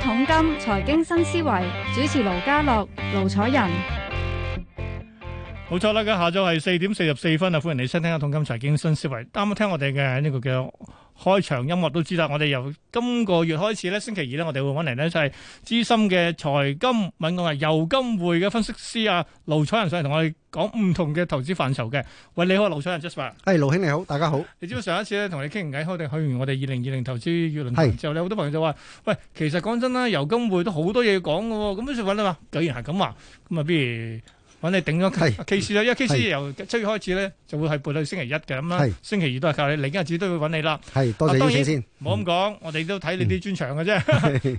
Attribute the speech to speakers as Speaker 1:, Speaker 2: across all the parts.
Speaker 1: 桶金財經新思維主持盧家樂、盧楚仁。
Speaker 2: 冇錯啦，而家下晝係四點四十四分啊！歡迎你收聽《一桶金財經新思維》。啱啱聽我哋嘅呢個叫開場音樂都知啦。我哋由今個月開始咧，星期二咧，我哋會揾嚟咧就係資深嘅財金敏感啊、油金匯嘅分析師啊盧楚仁上嚟同我哋講唔同嘅投資範疇嘅。喂，你好，盧楚仁 Jasper。
Speaker 3: 係，盧兄你好，大家好。
Speaker 2: 你知唔知上一次咧同你傾完偈，開定去完我哋二零二零投資月論壇之後咧，好多朋友就話：喂，其實講真啦，油金匯都好多嘢講嘅喎。咁於是揾你話，既然係咁話，咁啊不如。揾你頂咗
Speaker 3: 係
Speaker 2: K 市啦，因為 K 市
Speaker 3: 係
Speaker 2: 由七月開始咧就會係撥到星期一嘅咁啦
Speaker 3: 係，
Speaker 2: 星期二都係靠你，嚟緊日子都會揾你啦。
Speaker 3: 係，多
Speaker 2: 啊當
Speaker 3: 謝邀
Speaker 2: 然
Speaker 3: 請先。
Speaker 2: 唔好咁講，我哋都睇你啲專長嘅啫。
Speaker 3: 係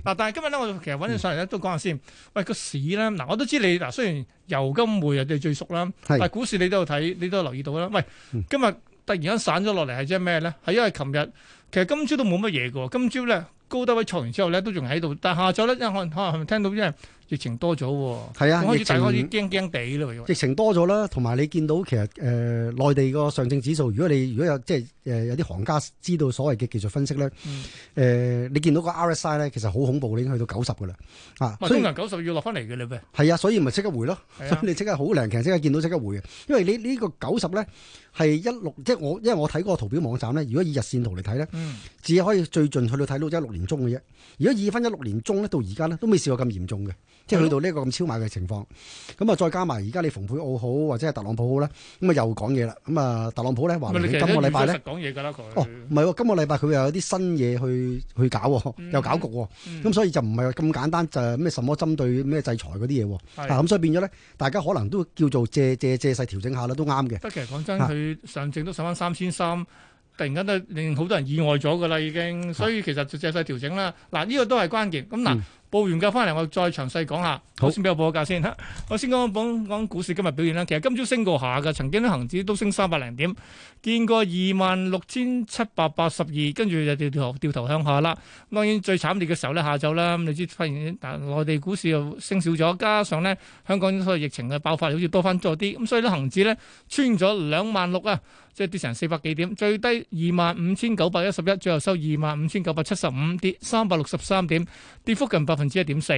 Speaker 2: 嗱，但係今日咧，我其實揾你上嚟咧都講下先。喂，個市咧，嗱，我都知你嗱，雖然油金匯啊你最熟啦，
Speaker 3: 係
Speaker 2: 但係股市你都有睇，你都有留意到啦。喂
Speaker 3: 嗯，
Speaker 2: 今日突然間散咗落嚟係即係咩咧？係因為琴日其實今朝都冇乜嘢嘅喎，今朝咧高低位錯完之後咧都仲喺度，但係下晝咧，因為可能可能係咪聽到因為疫情多咗喎，
Speaker 3: 係啊
Speaker 2: 咁開
Speaker 3: 疫
Speaker 2: 始
Speaker 3: 情
Speaker 2: 大家開始驚驚地啦喎。
Speaker 3: 疫情多咗啦，同埋你見到其實誒、呃、內地個上證指數，如果你如果有即係誒有啲行家知道所謂嘅技術分析咧，誒、呃
Speaker 2: 嗯
Speaker 3: 你見到個 RSI 咧，其實好恐怖，已經去到九十噶啦啊！
Speaker 2: 咪
Speaker 3: 所以
Speaker 2: 通常九十要落翻嚟嘅嘞噃，
Speaker 3: 係啊，所以咪即刻回咯。
Speaker 2: 係
Speaker 3: 所
Speaker 2: 啊
Speaker 3: 以，你即刻好靚，其實即刻見到即刻回嘅，因為你呢個九十咧係一六，即係我因為我睇嗰個圖表網站咧，如果以日線圖嚟睇咧，
Speaker 2: 嗯，
Speaker 3: 只可以最盡去到睇到一六年中嘅啫。如果以翻一六年中咧到而家咧，都未試過咁嚴重嘅，即係去到呢個咁超買嘅情況。咁啊，再加埋而家你蓬佩奧好或者係特朗普好啦，咁啊又講嘢啦。咁啊，特朗普咧話
Speaker 2: 咪你
Speaker 3: 明
Speaker 2: 其
Speaker 3: 今
Speaker 2: 實
Speaker 3: 個禮拜
Speaker 2: 咧
Speaker 3: 咧，
Speaker 2: 講嘢㗎啦佢，
Speaker 3: 哦唔係喎，今個禮拜佢又有啲新嘢去去搞喎，
Speaker 2: 嗯
Speaker 3: 又搞局喎。
Speaker 2: 嗯
Speaker 3: 咁所以就唔係咁簡單，就係咩什麼針對咩制裁嗰啲嘢喎。
Speaker 2: 係
Speaker 3: 啊，咁所以變咗咧，大家可能都叫做借借借勢調整下啦，都啱嘅。
Speaker 2: 不過其實講真，
Speaker 3: 啊
Speaker 2: 佢上證都上翻三千三，突然間都令好多人意外咗㗎啦，已經。所以其實就借勢調整啦。嗱，呢個都係關鍵。咁嗱
Speaker 3: 嗯，
Speaker 2: 報完價翻嚟，我再詳細講下。
Speaker 3: 好
Speaker 2: 我先俾我報個價先啦。我先講講講股市今日表現啦。其實今朝升過下㗎，曾經啲恒指都升三百零點，見過二萬六千七百八十二，跟住就掉頭掉頭向下啦。咁當然最慘烈嘅時候咧，下晝啦，咁你知發現嗱內地股市又升少咗，加上咧香港所謂疫情嘅爆發，好似多翻咗啲，咁所以咧恒指咧。穿咗兩萬六啊，即係跌成四百幾點，最低二萬五千九百一十一，最後收二萬五千九百七十五，跌三百六十三點，跌幅近百分之一點四。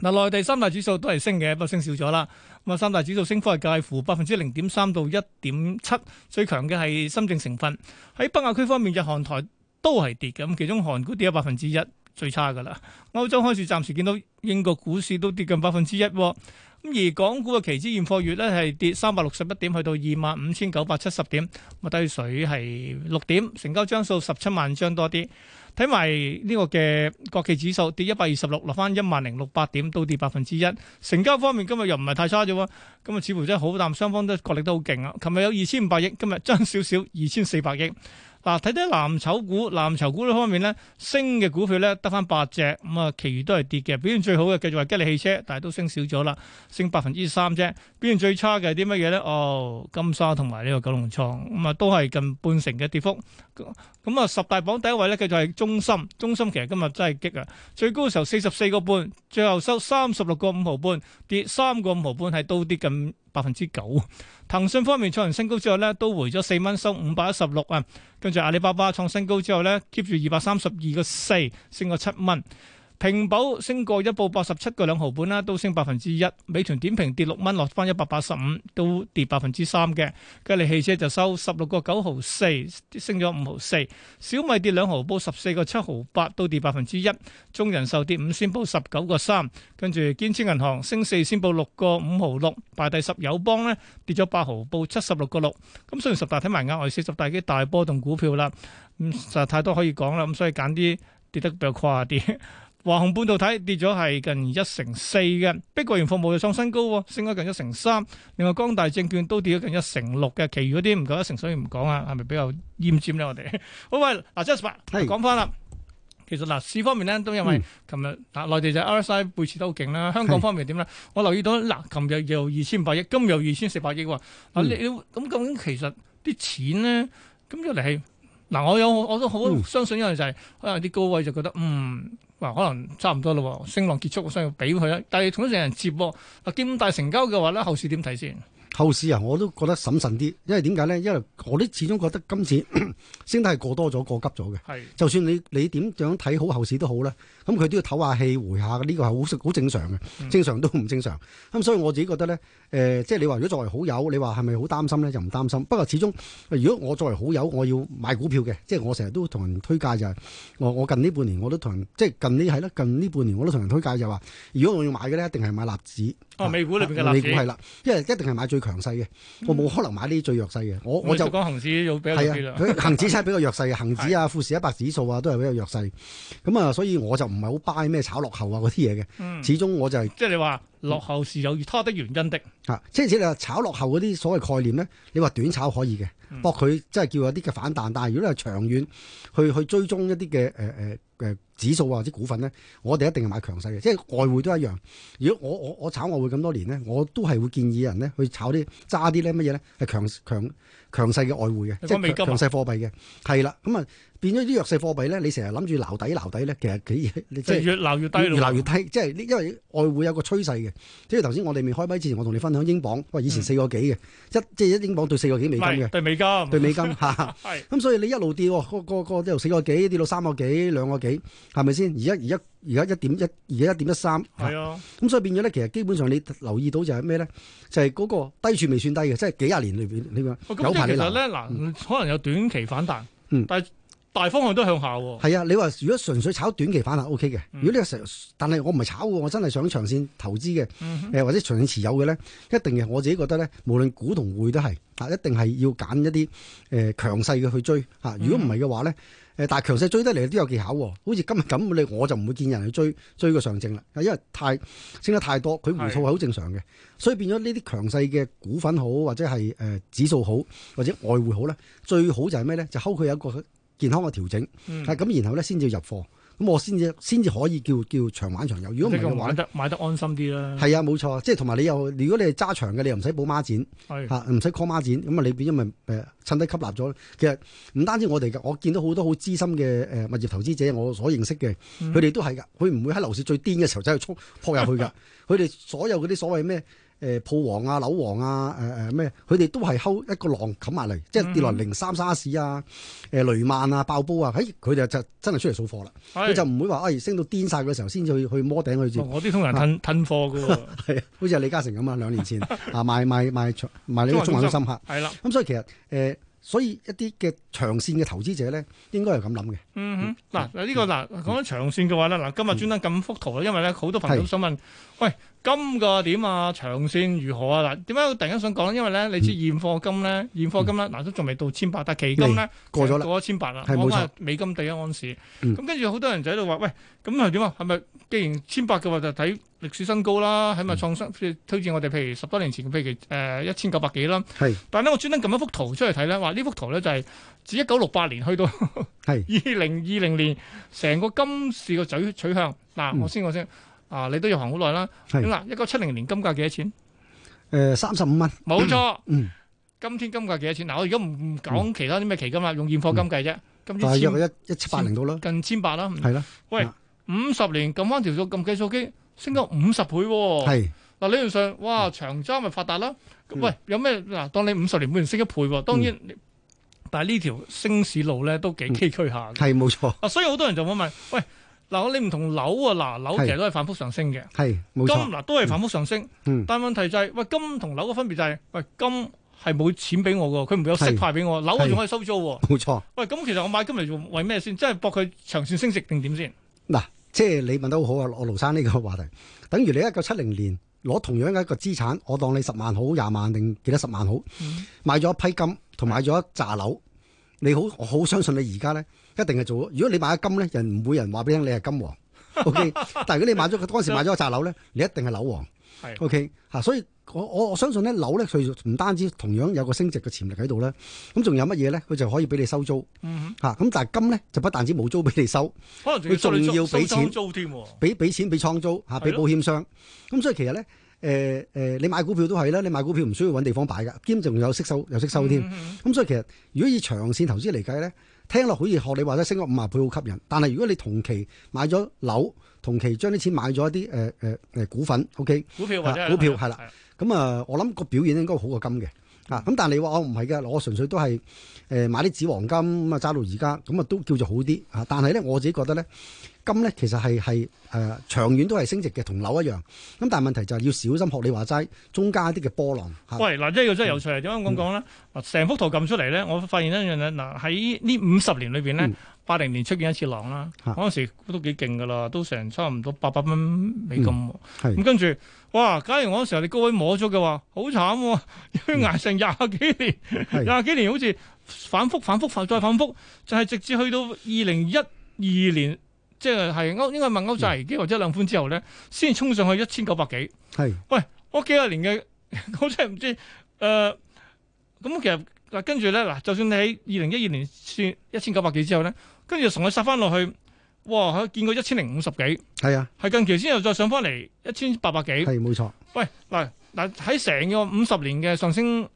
Speaker 2: 嗱，內地三大指數都係升嘅，不過升少咗啦。咁啊，三大指數升幅係介乎百分之零點三到一點七，最強嘅係深證成分。喺北亞區方面，日韓台都係跌嘅，咁其中韓股跌咗百分之一，最差㗎啦。歐洲開始暫時見到英國股市都跌近百分之一喎。咁而港股嘅期指現貨月咧係跌三百六十一點，去到二萬五千九百七十點，咁啊低水係六點，成交張數十七萬張多啲。睇埋呢個嘅國企指數跌一百二十六，落翻一萬零六百點，都跌百分之一。成交方面今日又唔係太差啫喎，咁啊似乎真係好淡，雙方都角力都好勁啊。琴日有二千五百億，今日爭少少二千四百億。嗱，睇睇藍籌股，藍籌股呢方面咧，升嘅股票咧得翻八隻，咁啊，其餘都係跌嘅。表現最好嘅繼續係吉利汽車，但係都升少咗啦，升百分之三啫。表現最差嘅係啲乜嘢咧？哦，金沙同埋呢個九龍倉，咁啊都係近半成嘅跌幅。咁啊，十大榜第一位咧，繼續係中芯，中芯其實今日真係激啊，最高嘅時候四十四個半，最後收三十六個五毫半，跌三個五毫半，係都跌近百分之九。騰訊方面創完新高之後咧，都回咗四蚊，收五百一十六啊。跟住阿里巴巴創新高之後咧，keep 住二百三十二個四，升過七蚊。平保升過一報八十七個兩毫半啦，都升百分之一。美團點評跌六蚊，落翻一百八十五，都跌百分之三嘅。吉利汽車就收十六個九毫四，升咗五毫四。小米跌兩毫，報十四個七毫八，都跌百分之一。中人壽跌五仙，報十九個三。跟住建設銀行升四仙，報六個五毫六，排第十。友邦咧跌咗八毫，報七十六個六。咁雖然十大睇埋額外四十大嘅大波動股票啦，咁實在太多可以講啦，咁所以揀啲跌得比較誇啲。 華虹半導體跌咗係近一成四嘅，碧桂園服務又創新高喎，升咗近一成三。另外光大證券都跌咗近一成六嘅，其餘嗰啲唔夠一成，所以唔講啊，係咪比較奄尖咧？我哋 好喂，嗱 Jasper
Speaker 3: 係
Speaker 2: 講翻啦。其實嗱，市方面咧都因為琴日嗱內地就 RSI 背馳都好勁啦，香港
Speaker 3: 係
Speaker 2: 方面點咧？我留意到嗱，琴日又二千百億，今日又二千四百億喎。嗱，
Speaker 3: 嗯
Speaker 2: 你你咁究竟其實啲錢咧，咁又嚟係嗱，我有我都好
Speaker 3: 嗯
Speaker 2: 相信一樣就係、可能啲高位就覺得嗯，哇，可能差唔多咯，升浪結束，我想要俾佢啦。但係同一時間有人接喎，嗱，咁大成交嘅話咧，後市點睇先？
Speaker 3: 後市啊，我都覺得審慎啲，因為點解咧？因為我都始終覺得今次 升得係過多咗、過急咗嘅。
Speaker 2: 係
Speaker 3: 就算你你點樣睇好後市都好啦，咁佢都要唞下氣回下，呢、個係好好正常
Speaker 2: 嗯
Speaker 3: 嘅，正常都唔正常。咁所以我自己覺得咧，誒、呃即係你話如果作為好友，你話係咪好擔心咧？就唔擔心。不過始終，呃如果我作為好友，我要買股票嘅，即係我成日都同人推介就係、我我近呢半年我都同人，即係近呢係啦，近呢半年我都同人推介就話，如果我要買嘅咧，一定係買納指。
Speaker 2: 哦，美股裏邊嘅
Speaker 3: 啊
Speaker 2: 納
Speaker 3: 美
Speaker 2: 指嗯
Speaker 3: 股，係啦，因為一定係買最強勢嘅，我冇可能買呢啲最弱勢嘅。我我
Speaker 2: 我
Speaker 3: 就
Speaker 2: 就講恒指要比較啲
Speaker 3: 係啊，
Speaker 2: 啦。
Speaker 3: 佢恒指真係比較弱 勢嘅，恒指啊、富時一百指數啊都係比較弱勢。咁啊，所以我就唔係好 buy 咩炒落後啊嗰啲嘢嘅。
Speaker 2: 嗯
Speaker 3: 始終我就係、
Speaker 2: 即係你話落後是有他的原因的，
Speaker 3: 啊，即係你話炒落後嗰啲所謂概念咧，你話短炒可以
Speaker 2: 嗯
Speaker 3: 嘅，博佢即係叫有啲嘅反彈。但係如果你係長遠去去追蹤一啲嘅誒誒誒指數啊或者股份咧，我哋一定係買強勢嘅，即係外匯都一樣。如果我我我炒外匯咁多年咧，我都係會建議人咧去炒啲揸啲咧乜嘢咧係強強強勢嘅外匯嘅，
Speaker 2: 你
Speaker 3: 即
Speaker 2: 講美
Speaker 3: 係
Speaker 2: 金啊
Speaker 3: 強強勢貨幣嘅，係啦。咁啊變咗啲弱勢貨幣咧，你成日諗住撈底撈底咧，其實幾你即
Speaker 2: 就
Speaker 3: 係。
Speaker 2: 越鬧越低咯。
Speaker 3: 越鬧越低，即係呢因為外匯有個趨勢嘅，即係頭先我哋未開咪之前，我同你分享英鎊，喂，以前
Speaker 2: 嗯
Speaker 3: 四個幾嘅，一即係一英鎊對四個幾美
Speaker 2: 唔
Speaker 3: 金
Speaker 2: 係
Speaker 3: 嘅，
Speaker 2: 對美金，
Speaker 3: 對 美金嚇，
Speaker 2: 係
Speaker 3: 咁所以你一路跌喎，個個個由四個幾跌到三個幾兩個幾，係咪先？而家而家而家一點一，而家一點一三，
Speaker 2: 係啊，
Speaker 3: 咁所以變咗咧，其實基本上你留意到就係咩咧？就係嗰個低處未算低嘅，即係幾廿年裏邊你話
Speaker 2: 哦咁
Speaker 3: 有
Speaker 2: 即係
Speaker 3: 排
Speaker 2: 其
Speaker 3: 你
Speaker 2: 實
Speaker 3: 留。
Speaker 2: 咧嗱，可能有短期反彈
Speaker 3: 嗯，
Speaker 2: 但係大方向都向下喎。
Speaker 3: 係啊，你話如果純粹炒短期反彈 O K 嘅，
Speaker 2: 嗯
Speaker 3: 如果你成，但係我唔係炒喎，我真係想長線投資嘅。
Speaker 2: 嗯哼
Speaker 3: 誒或者長線持有嘅咧，一定嘅我自己覺得咧，無論股同匯都係啊，一定係要揀一啲誒、呃、強勢嘅去追嚇。如果唔係嘅話咧，誒、但係強勢追得嚟都有技巧喎。好似今日咁，你我就唔會見人去追追個上證啦，啊因為太升得太多，佢回吐係好正常嘅。所以變咗呢啲強勢嘅股份好，或者係誒、呃指數好，或者外匯好咧，最好就係咩咧？就睺佢有一個健康嘅調整，
Speaker 2: 嗯
Speaker 3: 啊咁、然後咧先至入貨。咁我先至先至可以叫叫長玩長有，如果唔
Speaker 2: 即
Speaker 3: 係
Speaker 2: 係
Speaker 3: 嘅話咧
Speaker 2: 玩。得買得安心啲啦。
Speaker 3: 係啊，冇錯，即係同埋你又，如果你係揸長嘅，你又唔使補孖展
Speaker 2: 係
Speaker 3: 嚇，唔使 call 孖展，咁啊你變咗咪誒趁低吸納咗。其實唔單止我哋嘅，我見到好多好資深嘅誒物業投資者，我所認識嘅，佢哋都係㗎，佢唔會喺樓市最癲嘅時候走去衝 撲入去㗎。佢哋所有嗰啲所謂咩誒鋪王啊、樓王啊、誒誒咩，佢哋都係睺一個浪冚埋嚟，即係跌落零三沙士啊、誒雷曼啊、爆煲啊，喺佢哋就真係出嚟掃貨啦，佢
Speaker 2: 係
Speaker 3: 就唔會話誒升到癲晒嘅時候先至去去摸頂去接
Speaker 2: 哦。我啲通常
Speaker 3: 啊
Speaker 2: 褪褪貨嘅 喎，
Speaker 3: 係啊，好似阿李嘉誠咁啊，兩 年前啊賣賣賣長賣呢個中環中心客，
Speaker 2: 係啦，
Speaker 3: 咁所以其實誒、呃所以一啲嘅長線嘅投資者咧，應該係咁諗嘅。
Speaker 2: 嗯哼，嗱嗱呢個嗱
Speaker 3: 嗯
Speaker 2: 講緊長線嘅話咧，嗱今日專登咁幅圖咧，因為咧好多朋友都想問，喂金個點啊，長線如何啊？嗱，點解我突然間想講咧？因為咧，你
Speaker 3: 嗯
Speaker 2: 知現貨金咧，現貨金咧，嗱都仲未到千八，但期金咧
Speaker 3: 過咗啦
Speaker 2: 過咗千八啦，
Speaker 3: 係冇錯
Speaker 2: 講緊美金第一安士。
Speaker 3: 嗯
Speaker 2: 咁跟住好多人就喺度話，喂，咁係點啊？係咪既然千八嘅話，就睇歷史新高啦，係
Speaker 3: 嗯
Speaker 2: 咪創新？推薦我哋譬如十多年前，譬如誒一千九百幾啦。
Speaker 3: 係
Speaker 2: 但係咧，我專登撳一幅圖出嚟睇咧，話呢幅圖咧就係自一九六八年去到
Speaker 3: 係
Speaker 2: 二零二零年，成個金市個取取向。嗱，
Speaker 3: 嗯
Speaker 2: 我先講先，啊，你都入行好耐啦。咁
Speaker 3: 係
Speaker 2: 嗱，一九七零年金價幾多錢？
Speaker 3: 誒呃三十五蚊，
Speaker 2: 冇錯，
Speaker 3: 嗯，
Speaker 2: 今天金價幾多錢？嗱，我而家唔唔講其他啲咩期金啦，用現貨金計啫。今
Speaker 3: 嗯大
Speaker 2: 天
Speaker 3: 約一一七八零到啦，
Speaker 2: 近千八啦，
Speaker 3: 係啊啦，
Speaker 2: 五十年撳翻條數，撳計數機升咗五十倍喎。
Speaker 3: 嗯係
Speaker 2: 嗱理論上，哇長揸咪發達啦。咁
Speaker 3: 嗯
Speaker 2: 喂，有咩嗱？當你五十年每年升一倍喎，當然，但係呢條升市路咧都幾崎嶇下嘅。
Speaker 3: 嗯係冇錯，
Speaker 2: 啊，所以好多人就會問：喂，嗱，你唔同樓啊，嗱，樓其實都係反覆上升嘅，
Speaker 3: 係冇
Speaker 2: 金
Speaker 3: 錯，
Speaker 2: 嗱都係反覆上升。
Speaker 3: 嗯
Speaker 2: 但係問題就係、喂，金同樓嘅分別就係、喂，金係冇錢俾我㗎，佢唔會有息
Speaker 3: 係
Speaker 2: 派俾我，樓我仲可以收租喎。
Speaker 3: 冇錯。
Speaker 2: 喂，咁其實我買金嚟做為咩先？即係博佢長線升值定點先？
Speaker 3: 嗱，即係你問得好好啊，我盧生呢個話題，等於你一九七零年攞同樣嘅一個資產，我當你十萬好、廿萬定幾多十萬好，買咗一批金同買咗一扎樓，你好，我好相信你而家咧一定係做。如果你買咗金咧，人唔會人話俾你聽你係金王，OK。但係如果你買咗佢嗰陣時買咗一扎樓咧，你一定係樓王
Speaker 2: 係
Speaker 3: ，OK 嚇。所以我我我相信咧樓咧，佢唔單止同樣有個升值嘅潛力喺度咧，咁仲有乜嘢咧？佢就可以俾你收租
Speaker 2: 嗯
Speaker 3: 嚇。咁但係金咧就不但止冇租俾你收。
Speaker 2: 哼，可能仲要收你
Speaker 3: 佢仲要
Speaker 2: 租
Speaker 3: 俾
Speaker 2: 收
Speaker 3: 錢
Speaker 2: 租添喎。
Speaker 3: 俾俾錢俾倉租嚇，
Speaker 2: 係
Speaker 3: 俾
Speaker 2: 咯
Speaker 3: 保險商。咁所以其實咧，誒、誒、你買股票都係啦，你買股票唔需要揾地方擺㗎，兼仲有息收有息收添。咁、
Speaker 2: 嗯嗯嗯
Speaker 3: 所以其實如果以長線投資嚟計咧，睇聽落好似學你話齋升咗五十倍好吸引，但係如果你同期買咗樓，同期將啲錢買咗一啲誒誒誒股份，OK。
Speaker 2: 股票或者係
Speaker 3: 啊股票係啦，咁啊，我諗個表現應該好過金嘅。啊，咁但係你話我唔係嘅，我純粹都係誒、呃、買啲紙黃金咁啊，揸到而家咁啊，都叫做好啲啊。但係咧，我自己覺得咧，金咧其實係係誒長遠都係升值嘅，同樓一樣。咁但係問題就係要小心學你話齋，中間一啲嘅波浪嚇。
Speaker 2: 喂，嗱，呢個真係有趣，點解咁講咧？嗱，成幅圖撳出嚟咧，我發現一樣嘢，嗱喺呢五十年裏邊咧
Speaker 3: 嗯，啊
Speaker 2: 八零年出現一次浪啦，
Speaker 3: 嚇
Speaker 2: 嗰陣時都幾勁噶啦，都成差唔多八百蚊美金喎。
Speaker 3: 嗯係
Speaker 2: 咁跟住，哇！假如我嗰時候你高位摸咗嘅話，好慘喎，要捱成廿幾年，
Speaker 3: 係
Speaker 2: 廿幾年好似反覆、反覆、反再反覆，就係、直至去到二零一二年，即係係歐應該問歐債危機或者量寬之後咧，先衝上去一千九百幾。
Speaker 3: 係
Speaker 2: 我幾廿年嘅， 我真係唔知誒。呃咁、其實嗱，跟住咧嗱，就算你喺二零一二年算一千九百幾之後咧，跟住同佢殺翻落去，哇！見過一千零五十幾，
Speaker 3: 係啊，
Speaker 2: 係近期先又再上翻嚟一千八百幾。
Speaker 3: 係冇錯，
Speaker 2: 喂，嗱嗱喺成個五十年嘅上升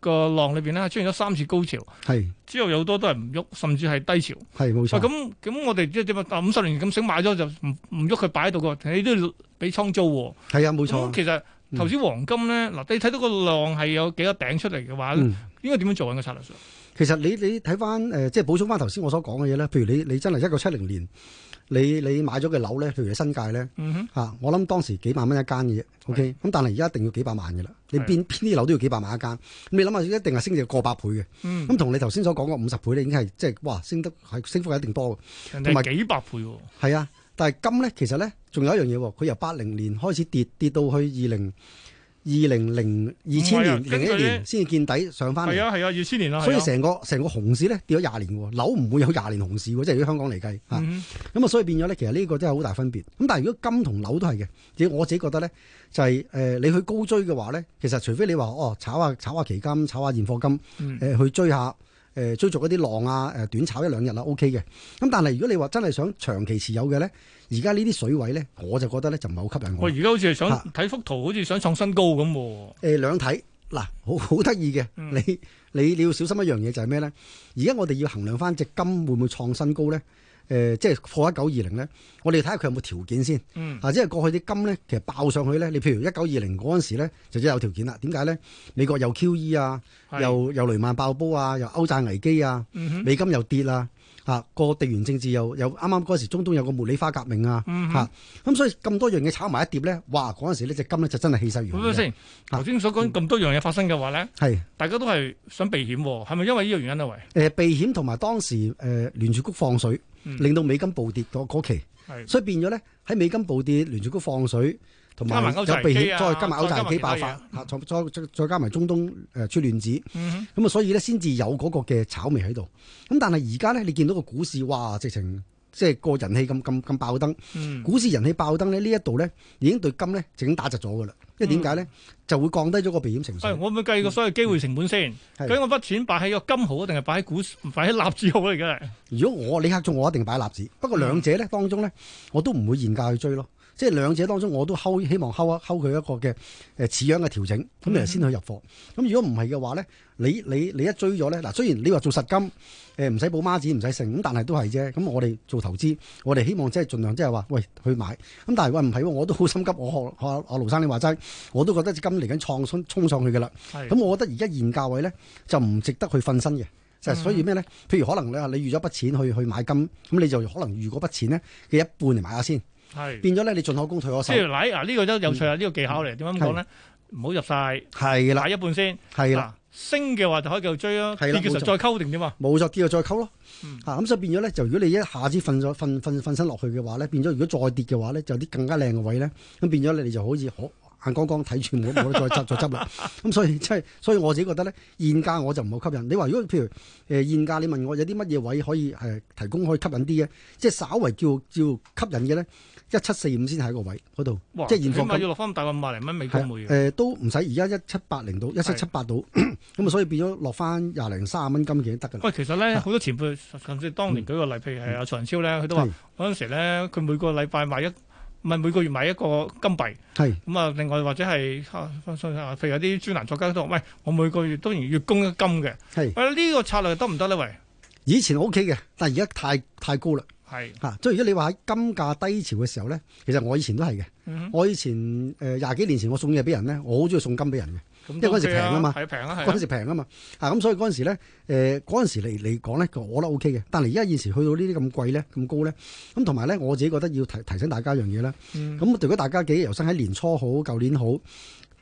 Speaker 2: 個浪裏邊咧，出現咗三次高潮，
Speaker 3: 係
Speaker 2: 之後有好多都係唔喐，甚至係低潮。
Speaker 3: 係冇
Speaker 2: 喂，
Speaker 3: 錯。
Speaker 2: 咁咁我哋即係點啊？五十年咁醒買咗就唔唔喐佢擺喺度個，你都要俾倉租喎。
Speaker 3: 係啊，冇
Speaker 2: 咁
Speaker 3: 錯。
Speaker 2: 其實
Speaker 3: 嗯
Speaker 2: 投資黃金咧，嗱、你睇到個浪係有幾個頂出嚟嘅話，
Speaker 3: 嗯
Speaker 2: 應該點樣做緊啊個策略上？
Speaker 3: 其實你你睇翻誒，即係補充翻頭先我所講嘅嘢咧，譬如你你真係一九七零年，你你買咗嘅樓咧，譬如喺新界咧。
Speaker 2: 嗯哼，
Speaker 3: 嚇、啊我諗當時幾萬蚊一間嘅啫，OK，咁但係而家一定要幾百萬嘅啦，你
Speaker 2: 係
Speaker 3: 邊邊啲樓都要幾百萬一間，咁你諗下一定係升至過百倍嘅，
Speaker 2: 嗯，
Speaker 3: 咁同你頭先所講嗰五十倍咧已經係即係哇升得係升幅係一定多嘅，
Speaker 2: 人
Speaker 3: 同埋
Speaker 2: 哋幾百倍喎，
Speaker 3: 係啊，但係金咧其實咧仲有一樣嘢喎，佢由八零年開始跌跌到去二零二零零二千
Speaker 2: 係啊
Speaker 3: 年零
Speaker 2: 根據
Speaker 3: 一
Speaker 2: 咧
Speaker 3: 年先至見底上翻
Speaker 2: 係
Speaker 3: 嚟。
Speaker 2: 啊係啊，二千年啦，
Speaker 3: 所以
Speaker 2: 係啊
Speaker 3: 成個成個熊市咧跌咗廿年喎，樓唔會有廿年熊市喎，即係如果香港嚟計嚇。
Speaker 2: 嗯
Speaker 3: 咁啊，所以變咗咧，其實呢個真係好大分別。咁但係如果金同樓都係嘅，而我自己覺得咧，就係、誒、你去高追嘅話咧，其實除非你話哦炒下炒下期金、炒下現貨金，誒、呃
Speaker 2: 嗯
Speaker 3: 去追下誒、追逐一啲浪啊，誒、短炒一兩日啦，OK 嘅。咁但係如果你話真係想長期持有嘅咧，而家呢啲水位咧，我就覺得咧就唔係好吸引我
Speaker 2: 喂，。而家好似係想
Speaker 3: 嚇
Speaker 2: 睇幅圖，好似想創新高咁喎。
Speaker 3: 誒兩睇嗱，好 好得意嘅，
Speaker 2: 嗯
Speaker 3: 你你你要小心一樣嘢就係咩咧？而家我哋要衡量翻只金會唔會創新高咧？誒、即係破一九二零咧，我哋睇下佢有冇條件先。
Speaker 2: 嗯，
Speaker 3: 啊，即係過去啲金咧，其實爆上去咧，你譬如一九二零嗰陣時咧，就真係有條件啦。點解咧？美國又 QE 啊，
Speaker 2: 係，
Speaker 3: 又又雷曼爆煲啊，又歐債危機啊，
Speaker 2: 嗯哼，
Speaker 3: 美金又跌啊，啊個地緣政治又又啱啱嗰時中東有個茉莉花革命啊，
Speaker 2: 嗯
Speaker 3: 嚇咁所以咁多樣嘢炒埋一碟咧，哇！嗰陣時呢隻金咧就真係氣勢如
Speaker 2: 咁
Speaker 3: 虹
Speaker 2: 樣
Speaker 3: 嘅，啊
Speaker 2: 先。頭先所講咁多樣嘢發生嘅話咧，
Speaker 3: 係。
Speaker 2: 大家都係想避險喎，係咪因為呢個原因啊？喂，
Speaker 3: 誒、呃避險同埋當時誒、呃聯儲局放水，
Speaker 2: 嗯
Speaker 3: 令到美金暴跌嗰嗰期，
Speaker 2: 係
Speaker 3: 所以變咗咧喺美金暴跌、聯儲局放水同埋
Speaker 2: 加埋
Speaker 3: 有
Speaker 2: 歐
Speaker 3: 避
Speaker 2: 債危機
Speaker 3: 險，
Speaker 2: 啊
Speaker 3: 再加埋歐債危機
Speaker 2: 再加埋其他嘢
Speaker 3: 爆發，嚇再再再再加埋中東誒出亂子，
Speaker 2: 嗯哼
Speaker 3: 咁啊所以咧先至有嗰個嘅炒味喺度。咁但係而家咧，你見到個股市哇，直情即係個人氣咁咁咁爆燈。
Speaker 2: 嗯
Speaker 3: 股市人氣爆燈咧，呢一度咧已經對金咧已經打窒咗㗎啦。因為點解
Speaker 2: 嗯
Speaker 3: 咧就會降低咗個避險情
Speaker 2: 係，
Speaker 3: 緒。
Speaker 2: 哎我咪計過所有機會成本先。
Speaker 3: 嗯係
Speaker 2: 究竟我筆錢擺喺個金好，定係擺喺股，擺喺立子好嚟嘅？
Speaker 3: 如果我李克仲，我一定擺立子。不過兩者咧當中咧，我都唔會現價去追咯。即係兩者當中，我都睺希望睺一睺佢一個嘅誒似樣嘅調整，咁你就先去入貨。咁如果唔係嘅話咧，你你你一追咗咧，嗱雖然你話做實金誒唔使補孖子唔使剩，咁但係都係啫。咁我哋做投資，我哋希望即係盡量即係話喂去買。咁但係喂唔係喎，我都好心急，我學學阿盧生你話齋，我都覺得隻金嚟緊創衝衝上去㗎啦。
Speaker 2: 係
Speaker 3: 咁我覺得而家現價位咧就唔值得去瞓身嘅，就係
Speaker 2: 嗯
Speaker 3: 所以咩咧？譬如可能你話你預咗筆錢去去買金，咁你就可能預嗰筆錢咧嘅一半嚟買下先，
Speaker 2: 係。
Speaker 3: 變咗咧你進可攻退可
Speaker 2: 嗯即
Speaker 3: 守，
Speaker 2: 係嗱，嗱呢個都有趣啊！呢個技巧嚟，點樣講咧？唔好入晒，
Speaker 3: 嗯係啦
Speaker 2: 買一半先。
Speaker 3: 係啦，
Speaker 2: 嗱，升嘅話就可以繼續追啦，跌
Speaker 3: 係啦
Speaker 2: 嘅時候
Speaker 3: 冇錯
Speaker 2: 再溝定啫啊嘛。
Speaker 3: 冇錯，跌就再溝咯
Speaker 2: 嗯。
Speaker 3: 嚇咁所以變咗咧，就如果你一下子瞓咗瞓瞓瞓身落去嘅話咧，變咗如果再跌嘅話咧，就有啲更加靚嘅位咧，咁變咗你就好似可眼光光睇住冇冇得 再執再執啦。咁所以即係，所以我自己覺得咧，現價我就唔好吸引。你話如果譬如誒、呃、現價，你問我有啲乜嘢位可以誒、呃提供可以吸引啲嘅，即係稍為叫叫吸引嘅咧，一七四五先係一個位嗰度
Speaker 2: 哇，
Speaker 3: 即係現
Speaker 2: 起碼
Speaker 3: 貨
Speaker 2: 要
Speaker 3: 金。
Speaker 2: 落翻大概五萬零蚊美金每
Speaker 3: 係誒、啊呃
Speaker 2: 月。
Speaker 3: 都唔使而家一七八零到一七七八到，咁啊，所以變咗落翻廿零三十蚊金已經得㗎啦。
Speaker 2: 喂，其實咧好多前輩，甚至當年舉個例，譬如係阿徐仁超咧，佢都話
Speaker 3: 嗯係
Speaker 2: 嗰陣時咧，佢每個禮拜買一，唔係每個月買一個金幣。
Speaker 3: 係。
Speaker 2: 咁啊，另外或者係啊，譬如有啲專欄作家都話，喂，我每個月當然月供一金嘅。
Speaker 3: 係
Speaker 2: 喂，呢個策略得唔得咧？喂，
Speaker 3: 以前 O K 嘅，但係而家太太高啦
Speaker 2: 係
Speaker 3: 嚇、啊即係如果你話喺金價低潮嘅時候咧，其實我以前都係嘅。
Speaker 2: 嗯
Speaker 3: 我以前誒廿幾年前我送嘢俾人咧，我好中意送金俾人嘅，
Speaker 2: 咁
Speaker 3: 因為嗰陣時平啊嘛
Speaker 2: 係啊平啊
Speaker 3: 嗰陣
Speaker 2: 係啊，
Speaker 3: 時平啊嘛，啊咁所以嗰陣時咧，誒嗰陣時嚟嚟講咧，我覺得 O K 嘅。但係而家現時去到呢啲咁貴咧、咁高咧，咁同埋咧，我自己覺得要提提醒大家一樣嘢啦。
Speaker 2: 嗯
Speaker 3: 咁如果大家記憶猶新喺年初好、舊年好，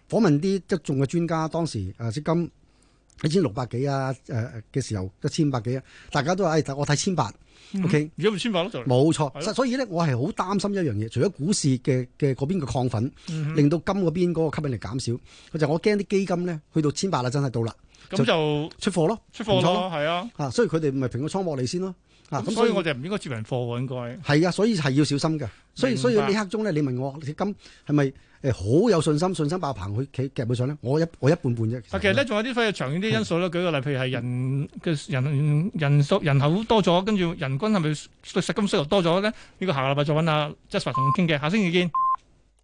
Speaker 3: 訪問啲一眾嘅專家，當時誒積金一千六百幾啊，誒、誒嘅時候一千五百幾啊，大家都話誒、我睇千八，OK。
Speaker 2: 而家咪千八咯就嚟，
Speaker 3: 冇
Speaker 2: 係
Speaker 3: 錯，
Speaker 2: 咯
Speaker 3: 所所以咧，我係好擔心一樣嘢，除咗股市嘅嘅嗰邊嘅亢奮，
Speaker 2: 嗯
Speaker 3: 令到金嗰邊嗰個吸引力減少，佢就我驚啲基金咧去到千八啦，真係到啦，
Speaker 2: 咁就
Speaker 3: 出貨咯，
Speaker 2: 出貨
Speaker 3: 唔錯咯
Speaker 2: 咯，係啊，
Speaker 3: 啊，所以佢哋咪平個倉獲利先咯，啊，
Speaker 2: 咁
Speaker 3: 咁
Speaker 2: 所
Speaker 3: 所
Speaker 2: 以
Speaker 3: 以
Speaker 2: 我哋唔應該接人貨喎應該。
Speaker 3: 係啊，所以係要小心嘅，所以
Speaker 2: 明白
Speaker 3: 所以呢刻鐘咧，你問我你金係咪誒好有信心，信心爆棚去企夾佢上咧？我一我一半半啫。
Speaker 2: 啊，其實咧仲有啲非常長遠啲因素啦。舉個例，譬如係人嘅人人數人口多咗，跟住人均係咪對實金需求多咗咧？呢個下個禮拜再揾阿 Jasper 同我傾嘅，下星期見。